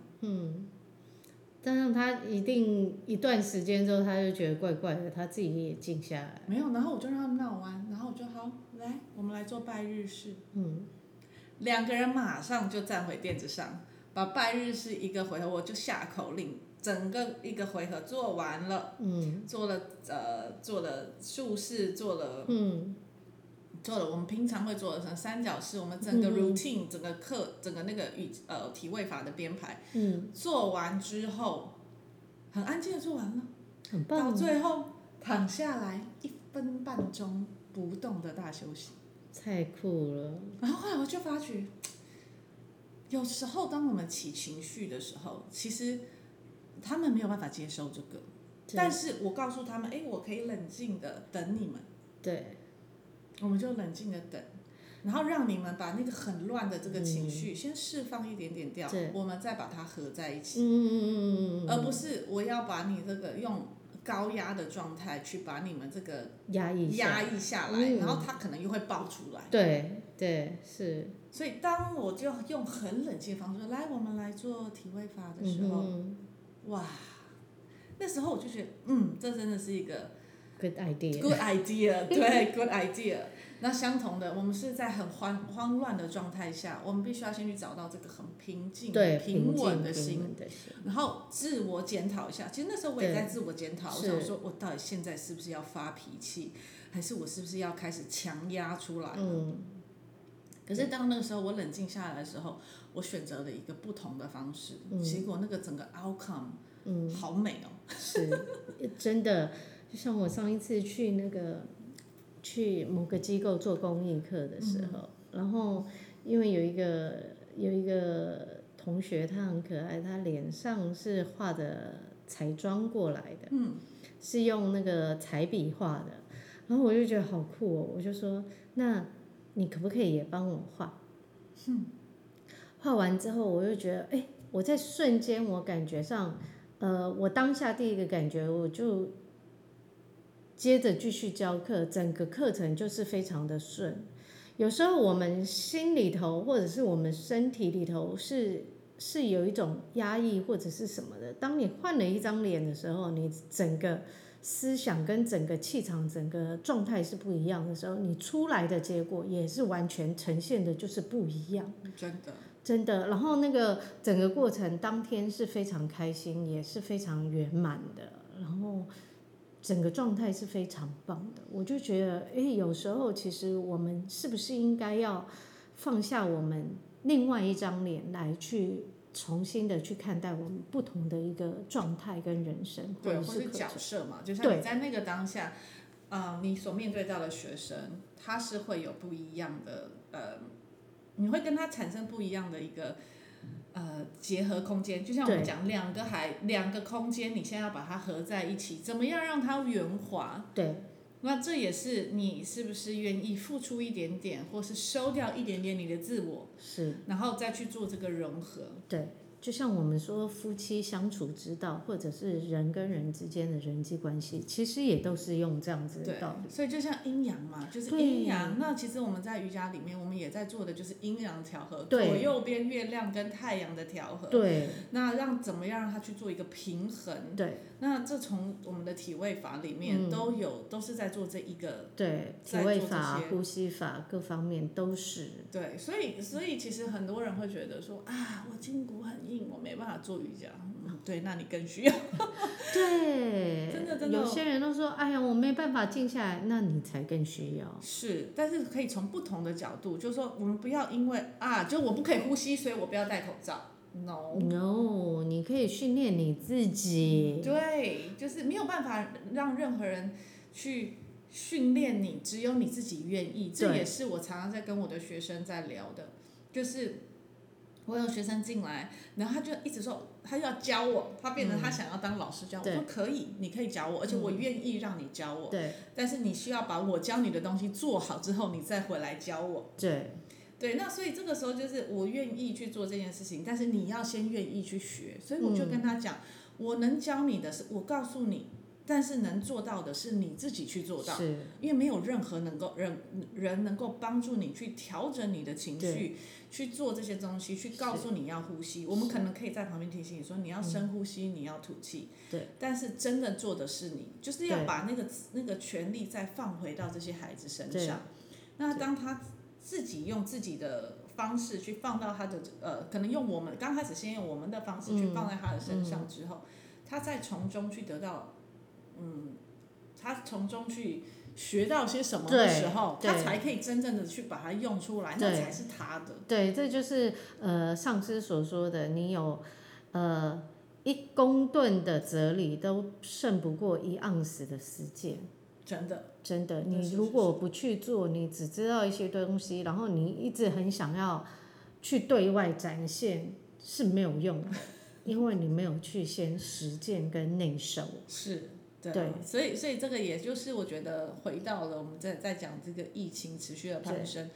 Speaker 2: 但让他一定一段时间之后，他就觉得怪怪的，他自己也静下来，
Speaker 1: 没有，然后我就让他们闹完，然后我就好来，我们来做拜日式。嗯，两个人马上就站回垫子上，把拜日式一个回合，我就下口令，整个一个回合做完了，嗯，做了呃做了术式，做了
Speaker 2: 嗯，
Speaker 1: 做了我们平常会做的三角式，我们整个
Speaker 2: 嗯
Speaker 1: routine、整个课整个那个语呃体位法的编排，
Speaker 2: 嗯，
Speaker 1: 做完之后，很安静的做完了。
Speaker 2: 很
Speaker 1: 到
Speaker 2: 棒，
Speaker 1: 最后躺下来一分半钟不动的大休息。
Speaker 2: 太酷了，
Speaker 1: 然后后来我就发觉，有时候当我们起情绪的时候，其实他们没有办法接受这个，
Speaker 2: 对
Speaker 1: 但是我告诉他们，哎，我可以冷静的等你们，
Speaker 2: 对，嗯
Speaker 1: 我们就冷静的等。然后让你们把那个很乱的这个情绪先释放一点点掉，
Speaker 2: 嗯对
Speaker 1: 我们再把它合在一起。
Speaker 2: 嗯嗯嗯嗯嗯
Speaker 1: 而
Speaker 2: 嗯
Speaker 1: 不是我要把你这个用高压的状态去把你们这个
Speaker 2: 嗯，压抑一下
Speaker 1: 压抑下来，
Speaker 2: 嗯
Speaker 1: 然后它可能又会爆出来。
Speaker 2: 对对是，
Speaker 1: 所以当我就用很冷静的方式说来，我们来做体位法的时候，
Speaker 2: 嗯
Speaker 1: 哇，那时候我就觉得，嗯，这真的是一个
Speaker 2: 哼，good idea，
Speaker 1: good idea，对，good idea。那相同的，我们是在很慌慌乱的状态下，我们必须要先去找到这个很平静、
Speaker 2: 对，
Speaker 1: 平稳
Speaker 2: 静
Speaker 1: 的
Speaker 2: 平
Speaker 1: 心，
Speaker 2: 稳的心，
Speaker 1: 然后自我检讨一下。其实那时候我也
Speaker 2: 对
Speaker 1: 在自我检讨，我
Speaker 2: 是
Speaker 1: 想说，我到底现在是不是要发脾气，还是我是不是要开始强压出来？
Speaker 2: 嗯，
Speaker 1: 可是当那个时候我冷静下来的时候，我选择了一个不同的方式，
Speaker 2: 嗯
Speaker 1: 结果那个整个 outcome，
Speaker 2: 嗯
Speaker 1: 好美哦，
Speaker 2: 是 真的，就像我上一次去那个去某个机构做公益课的时候，然后因为有一个有一个同学，他很可爱，他脸上是画的彩妆过来的，
Speaker 1: 嗯，
Speaker 2: 是用那个彩笔画的，然后我就觉得好酷哦，我就说那你可不可以也帮我画？画完之后，我就觉得，哎，我在瞬间，我感觉上，呃，我当下第一个感觉，我就接着继续教课，整个课程就是非常的顺。有时候我们心里头，或者是我们身体里头是是有一种压抑或者是什么的。当你换了一张脸的时候，你整个思想跟整个气场、整个状态是不一样的时候，你出来的结果也是完全呈现的就是不一样。
Speaker 1: 真的，
Speaker 2: 真的，然后那个整个过程当天是非常开心，也是非常圆满的，然后整个状态是非常棒的。我就觉得，诶，有时候其实我们是不是应该要放下我们另外一张脸来去重新的去看待我们不同的一个状态跟人生，
Speaker 1: 对，
Speaker 2: 者
Speaker 1: 或
Speaker 2: 是
Speaker 1: 是
Speaker 2: 课
Speaker 1: 角
Speaker 2: 程
Speaker 1: 色嘛，就像
Speaker 2: 对
Speaker 1: 你在那个当下，啊、你所面对到的学生，他是会有不一样的，呃，你会跟他产生不一样的一个。呃，结合空间，就像我们
Speaker 2: 对
Speaker 1: 讲两个海，两个空间，你现在要把它合在一起，怎么样让它圆滑？
Speaker 2: 对
Speaker 1: 那这也是你是不是愿意付出一点点，或是收掉一点点你的自我，
Speaker 2: 是。
Speaker 1: 然后再去做这个融合。
Speaker 2: 对，就像我们说夫妻相处之道，或者是人跟人之间的人际关系，其实也都是用这样子的
Speaker 1: 对
Speaker 2: 道理。，
Speaker 1: 所以就像阴阳嘛，就是
Speaker 2: 对
Speaker 1: 阴阳。那其实我们在瑜伽里面，我们也在做的就是阴阳调和，左
Speaker 2: 对
Speaker 1: 右边月亮跟太阳的调和。
Speaker 2: 对
Speaker 1: 那让怎么样让它去做一个平衡？
Speaker 2: 对
Speaker 1: 那这从我们的体位法里
Speaker 2: 嗯
Speaker 1: 面都有，都是在做这一个
Speaker 2: 对，体
Speaker 1: 在
Speaker 2: 位
Speaker 1: 做这
Speaker 2: 法
Speaker 1: 些、
Speaker 2: 呼吸法各方面都是。
Speaker 1: 对，所以所以其实很多人会觉得说啊，我筋骨很硬，我没办法做瑜伽。嗯，对，那你更需要。
Speaker 2: 对，
Speaker 1: 真的真的哦
Speaker 2: 有些人都说，哎呀，我没办法静下来，那你才更需要。
Speaker 1: 是，但是可以从不同的角度，就是说我们不要因为啊，就我不可以呼吸，所以我不要戴口罩。No，
Speaker 2: No，你可以训练你自己。
Speaker 1: 对，就是没有办法让任何人去训练你，只有你自己愿意。这
Speaker 2: 对
Speaker 1: 也是我常常在跟我的学生在聊的，就是我有学生进来，然后他就一直说他要教我，他变成他想要当老师教我，
Speaker 2: 嗯对嗯
Speaker 1: 我说可以，你可以教我，而且我愿意让你教我，
Speaker 2: 对
Speaker 1: 但是你需要把我教你的东西做好之后，你再回来教我。
Speaker 2: 对
Speaker 1: 对，那所以这个时候就是我愿意去做这件事情，但是你要先愿意去学。所以我就跟他讲，我能教你的是我告诉你，但是能做到的是你自己去做到，
Speaker 2: 是，
Speaker 1: 因为没有任何能够人人能够帮助你去调整你的情绪，去做这些东西，去告诉你要呼吸。我们可能可以在旁边提醒你说你要深呼吸，你要吐气。
Speaker 2: 嗯对。
Speaker 1: 但是真的做的是你，就是要
Speaker 2: 对
Speaker 1: 把那个那个权利再放回到这些孩子身
Speaker 2: 对
Speaker 1: 上。那
Speaker 2: 对
Speaker 1: 当他自己用自己的方式去放到他的呃，可能用我们刚开始先用我们的方式
Speaker 2: 嗯
Speaker 1: 去放在他的身上之后，他再从中去得到，嗯，他从中去学到些什么的
Speaker 2: 对
Speaker 1: 时候，他
Speaker 2: 对
Speaker 1: 才可以真正的去把它用出来，那
Speaker 2: 对
Speaker 1: 才是他的。
Speaker 2: 对，这就是呃上师所说的，你有呃一公吨的哲理都胜不过一盎司的实践。
Speaker 1: 真的，
Speaker 2: 真的，
Speaker 1: 是是
Speaker 2: 你
Speaker 1: 是
Speaker 2: 如果不去做，你只知道一些东西，然后你一直很想要去对外展现是没有用的，因为你没有去先实践跟内收。
Speaker 1: 是，对啊
Speaker 2: 对
Speaker 1: 所以所以这个也就是我觉得回到了我们在在讲这个疫情持续的攀升，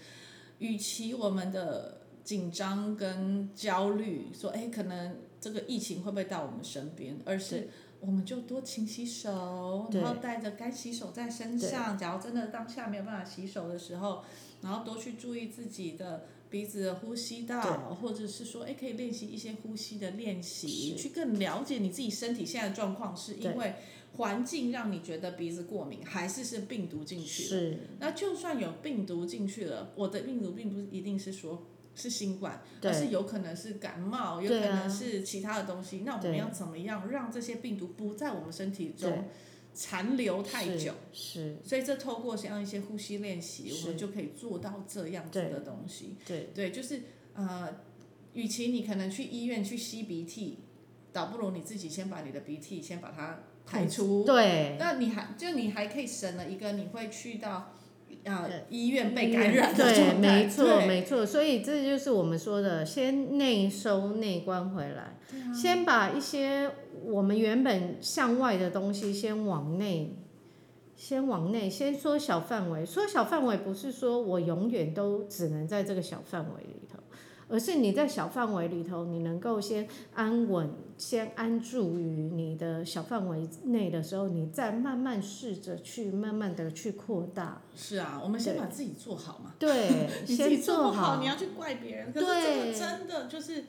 Speaker 1: 与其我们的紧张跟焦虑，说哎可能这个疫情会不会到我们身边，而是。我们就多勤洗手，
Speaker 2: 对
Speaker 1: 哦然后带着该洗手在身上。假如真的当下没有办法洗手的时候，然后多去注意自己的鼻子的呼吸道，或者是说，哎，可以练习一些呼吸的练习，
Speaker 2: 是
Speaker 1: 去更了解你自己身体现在的状况，是
Speaker 2: 对
Speaker 1: 因为环境让你觉得鼻子过敏，还是是病毒进去了？
Speaker 2: 是，
Speaker 1: 那就算有病毒进去了，我的病毒并不一定是说是新冠，而是
Speaker 2: 对，
Speaker 1: 有可能是感冒，有可
Speaker 2: 对啊
Speaker 1: 能是其他的东西。那我们
Speaker 2: 对
Speaker 1: 要怎么样让这些病毒不在我们身体
Speaker 2: 对
Speaker 1: 中残留太久？
Speaker 2: 是，
Speaker 1: 所以这透过这样一些呼吸练习，
Speaker 2: 是
Speaker 1: 我们就可以做到这样子
Speaker 2: 对
Speaker 1: 的东西。
Speaker 2: 是对，
Speaker 1: 对，就是呃，与其你可能去医院去吸鼻涕，倒不如你自己先把你的鼻涕先把它排出。
Speaker 2: 对，
Speaker 1: 那你还就你还可以省了一个你会去到
Speaker 2: 对
Speaker 1: 呃医院被感染的
Speaker 2: 对，
Speaker 1: 状态
Speaker 2: 没错，
Speaker 1: 对
Speaker 2: 没错。所以这就是我们说的，先内收内观回来。
Speaker 1: 对啊
Speaker 2: 先把一些我们原本向外的东西先往内，先往内，先缩小范围。缩小范围不是说我永远都只能在这个小范围里头，而是你在小范围里头，你能够先安稳，先安住于你的小范围内的时候，你再慢慢试着去慢慢的去扩大。
Speaker 1: 是啊，我们先
Speaker 2: 对
Speaker 1: 把自己做好 嘛。，
Speaker 2: 对
Speaker 1: 你自己
Speaker 2: 先
Speaker 1: 做不
Speaker 2: 好
Speaker 1: 好，你。要去怪别人。可是这
Speaker 2: 对
Speaker 1: 个真的就是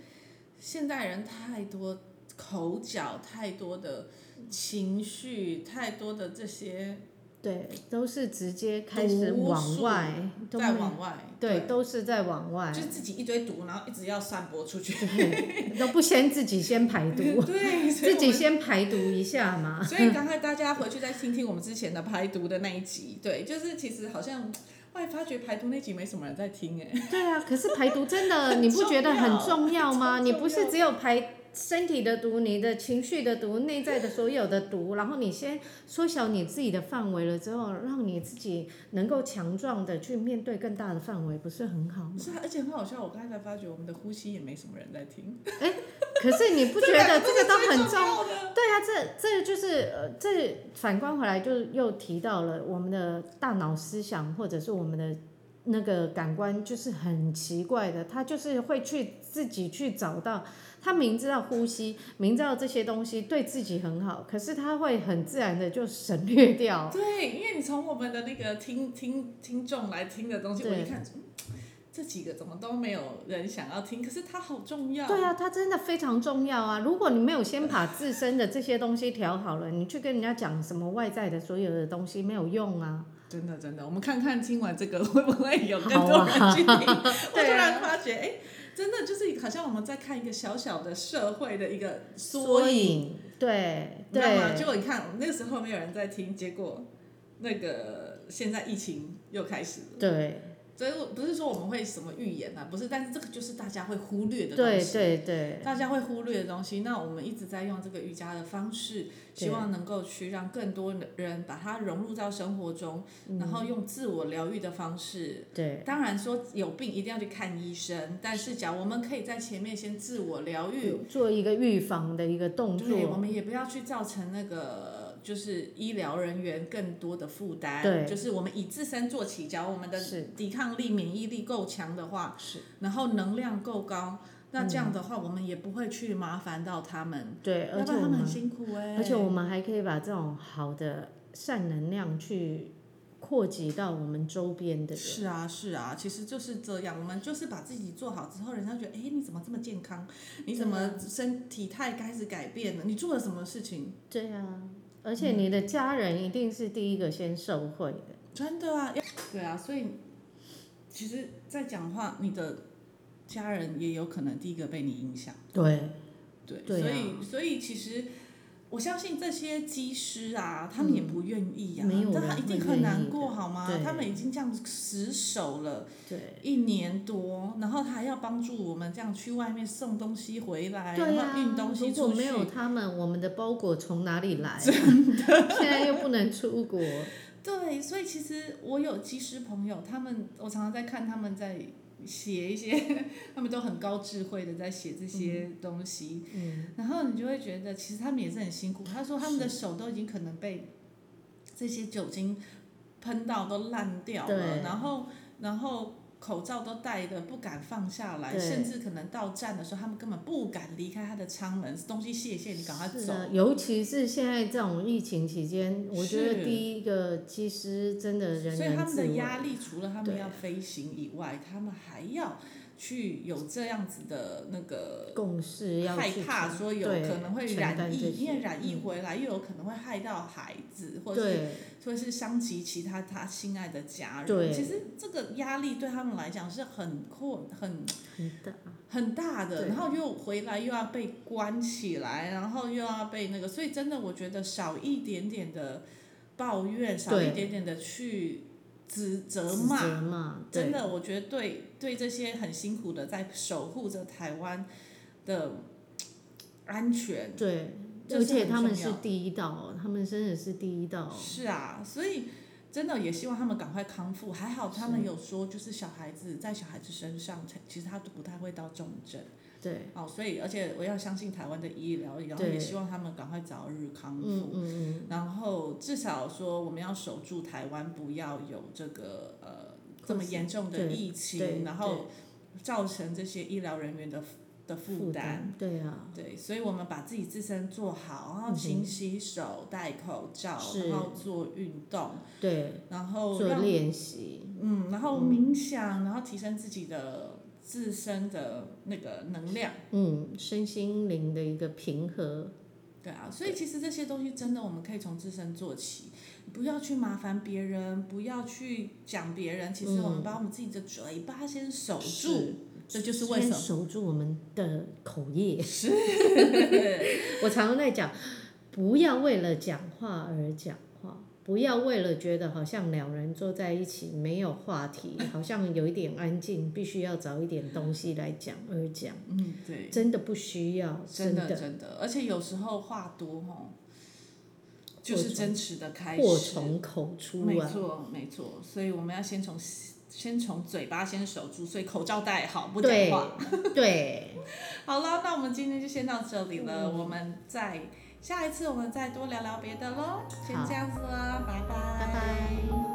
Speaker 1: 现代人太多口角，太多的情绪，太多的这些
Speaker 2: 对，都是直接开始
Speaker 1: 毒
Speaker 2: 往
Speaker 1: 素
Speaker 2: 外，都
Speaker 1: 在
Speaker 2: 没
Speaker 1: 往外，
Speaker 2: 对，都是在往外。
Speaker 1: 就是自己一堆毒，然后一直要散播出 去。
Speaker 2: 对，都不先自己先 排毒，
Speaker 1: 对，所以
Speaker 2: 自
Speaker 1: 我
Speaker 2: 己
Speaker 1: 们
Speaker 2: 先排毒一下 嘛。
Speaker 1: 所以刚才大家回去再听听我们之前的排毒的那一集，对，就是其实好像我也发觉排毒那集没什么人在听哎、
Speaker 2: 对啊，可是排毒真的，
Speaker 1: 很
Speaker 2: 你不觉得很
Speaker 1: 重
Speaker 2: 重要吗？
Speaker 1: 超
Speaker 2: 你
Speaker 1: 重
Speaker 2: 不是
Speaker 1: 要
Speaker 2: 只有排身体的毒，你的情绪的毒，内在的所有的毒，然后你先缩小你自己的范围了之后，让你自己能够强壮的去面对更大的范围，不是很好吗？
Speaker 1: 是啊，而且很好笑，我刚才才发觉我们的呼吸也没什么人在听，
Speaker 2: 哎可是你不觉得这个都很重
Speaker 1: 要的？
Speaker 2: 对啊，这这就是呃，这反观回来就又提到了我们的大脑思想或者是我们的那个感官，就是很奇怪的，它就是会去自己去找到，他明知道呼吸，明知道这些东西对自己很好，可是他会很自然的就省略掉。
Speaker 1: 对，因为你从我们的那个听听听众来听的东西，我
Speaker 2: 对
Speaker 1: 一看，嗯，这几个怎么都没有人想要听，可是它好重要。
Speaker 2: 对啊，它真的非常重要啊！如果你没有先把自身的这些东西调好了，你去跟人家讲什么外在的所有的东西没有用啊。
Speaker 1: 真的真的，我们看看听完这个 会不会有更
Speaker 2: 好
Speaker 1: 多人
Speaker 2: 啊
Speaker 1: 去 听？我突
Speaker 2: 对啊
Speaker 1: 然发觉，哎、真的就是好像我们在看一个小小的社会的一个
Speaker 2: 缩
Speaker 1: 缩影，
Speaker 2: 影，对
Speaker 1: 你知道吗？
Speaker 2: 对
Speaker 1: 结，果你看那个时候没有人在听，结果那个现在疫情又开始了。
Speaker 2: 对
Speaker 1: 所以我不是说我们会什么预言啊，不是，但是这个就是大家会忽略的东
Speaker 2: 对
Speaker 1: 西。
Speaker 2: 对对，
Speaker 1: 大家会忽略的东西。那我们一直在用这个瑜伽的方式，希望能够去让更多人把它融入到生活中，然后用自我疗愈的方式。
Speaker 2: 嗯对
Speaker 1: 当然说有病一定要去看医生，但是讲我们可以在前面先自我疗愈，
Speaker 2: 做一个预防的一个动
Speaker 1: 对，我
Speaker 2: 作，
Speaker 1: 们也不要去造成那个就是医疗人员更多的负担，
Speaker 2: 对
Speaker 1: 就是我们以自身做起，假如我们的
Speaker 2: 是
Speaker 1: 抵抗力、免疫力够强的话，
Speaker 2: 是，
Speaker 1: 然后能量够高，那这样的话我们也不会去麻烦到他们。
Speaker 2: 对，而
Speaker 1: 要不
Speaker 2: 且
Speaker 1: 然
Speaker 2: 我
Speaker 1: 他们很
Speaker 2: 们
Speaker 1: 辛苦哎、
Speaker 2: 而且我们还可以把这种好的善能量去扩及到我们周边的人，
Speaker 1: 是啊是啊，其实就是这样，我们就是把自己做好之后，人家觉得哎、诶你怎么这么健康？你怎么身体态开始改变了？你做了什么事情？
Speaker 2: 对啊，而且你的家人一定是第一个先受惠的，
Speaker 1: 真的啊，要对啊，所以其实，在讲话，你的家人也有可能第一个被你影响。
Speaker 2: 对，
Speaker 1: 对，
Speaker 2: 对啊
Speaker 1: 所以所以其实我相信这些机师啊，他们也不愿意呀、啊，
Speaker 2: 嗯没有
Speaker 1: 但
Speaker 2: 人
Speaker 1: 他一定
Speaker 2: 会
Speaker 1: 很
Speaker 2: 愿
Speaker 1: 难
Speaker 2: 意
Speaker 1: 过
Speaker 2: 的
Speaker 1: 好吗
Speaker 2: 对？
Speaker 1: 他们已经这样死守了
Speaker 2: 对，
Speaker 1: 一年多，然后他还要帮助我们这样去外面送东西回来，
Speaker 2: 对
Speaker 1: 然
Speaker 2: 啊，
Speaker 1: 后运东西
Speaker 2: 如果
Speaker 1: 出
Speaker 2: 没
Speaker 1: 去。
Speaker 2: 有他们，我们的包裹从哪里来、啊？真的， 现在又不能出国。
Speaker 1: 对，所以其实我有机师朋友，他们我常常在看他们在写一些，他们都很高智慧的在写这些东西，
Speaker 2: 嗯，
Speaker 1: 然后你就会觉得其实他们也是很辛苦。他说他们的手都已经可能被这些酒精喷到都烂掉了，
Speaker 2: 对
Speaker 1: 然后然后。口罩都戴的不敢放下来，
Speaker 2: 对
Speaker 1: 甚至可能到站的时候，他们根本不敢离开他的舱门，东西卸一卸，你赶快
Speaker 2: 是
Speaker 1: 走。
Speaker 2: 啊，尤其是现在这种疫情期间，我觉
Speaker 1: 是
Speaker 2: 得第一个其实真的人
Speaker 1: 所以他
Speaker 2: 人
Speaker 1: 们
Speaker 2: 自
Speaker 1: 的
Speaker 2: 危。
Speaker 1: 压力除了他们
Speaker 2: 对
Speaker 1: 要飞行以外，他们还要去有这样子的那个
Speaker 2: 共识要
Speaker 1: 害
Speaker 2: 去
Speaker 1: 怕，
Speaker 2: 承
Speaker 1: 说有
Speaker 2: 对
Speaker 1: 可能会
Speaker 2: 承
Speaker 1: 染
Speaker 2: 担这
Speaker 1: 疫，因为
Speaker 2: 些嗯
Speaker 1: 染疫回来又有可能会害到孩子，或是
Speaker 2: 对
Speaker 1: 或是伤及其他他心爱的家人。
Speaker 2: 对
Speaker 1: 其实这个压力对他们来讲是很困很
Speaker 2: 很大，
Speaker 1: 很大的，
Speaker 2: 对
Speaker 1: 然后又回来又要被关起来，然后又要被那个，所以真的我觉得少一点点的抱怨，少一点点的去指责
Speaker 2: 指责
Speaker 1: 骂，
Speaker 2: 嘛，对
Speaker 1: 真的我觉得对对这些很辛苦的在守护着台湾的安全，
Speaker 2: 对，
Speaker 1: 这
Speaker 2: 而
Speaker 1: 是
Speaker 2: 且
Speaker 1: 很
Speaker 2: 他们
Speaker 1: 重要
Speaker 2: 是第一道，他们真的是第一道。
Speaker 1: 是啊，所以真的也希望他们赶快康复。还好他们有说，就是小孩子在小孩子身上，其实他都不太会到重症。
Speaker 2: 对，
Speaker 1: 哦，所以而且我要相信台湾的医疗，然后
Speaker 2: 对
Speaker 1: 也希望他们赶快早日康复。
Speaker 2: 嗯嗯嗯，
Speaker 1: 然后至少说我们要守住台湾，不要有这个呃这么严重的
Speaker 2: 对
Speaker 1: 疫
Speaker 2: 对
Speaker 1: 情，然后造成这些医疗人员的的负
Speaker 2: 负
Speaker 1: 担。
Speaker 2: 担，对啊，
Speaker 1: 对，所以我们把自己自身做好，然后
Speaker 2: 嗯哼
Speaker 1: 勤洗手、戴口罩，
Speaker 2: 是
Speaker 1: 然后做运动，
Speaker 2: 对，
Speaker 1: 然后
Speaker 2: 做
Speaker 1: 哦让
Speaker 2: 练习，
Speaker 1: 嗯，然后冥想，然后提升自己的自身的那个能量。
Speaker 2: 嗯，身心灵的一个平和，
Speaker 1: 对啊，所以其实这些东西真的，我们可以从自身做起，不要去麻烦别人，不要去讲别人。其实我
Speaker 2: 嗯
Speaker 1: 们把我们自己的嘴巴先守住，这就是为什
Speaker 2: 先
Speaker 1: 么
Speaker 2: 守住我们的口 业。是， 我常常在讲，不要为了讲话而讲话，不要为了觉得好像两人坐在一起没有话 题，好像有一点安静，必须要找一点东西来讲而讲，
Speaker 1: 嗯，对，
Speaker 2: 真的不需要，
Speaker 1: 真
Speaker 2: 的
Speaker 1: 的真的，而且有时候话多吼，就是真实的开始，
Speaker 2: 祸从口出
Speaker 1: 没
Speaker 2: 啊。
Speaker 1: 错没错，所以我们要先从先从嘴巴先守住，所以口罩戴好，不讲
Speaker 2: 对
Speaker 1: 话。
Speaker 2: 对，
Speaker 1: 好了，那我们今天就先到这里了，我们再下一次我们再多聊聊别的喽，先
Speaker 2: 好
Speaker 1: 这样子啦，拜拜，
Speaker 2: 拜拜。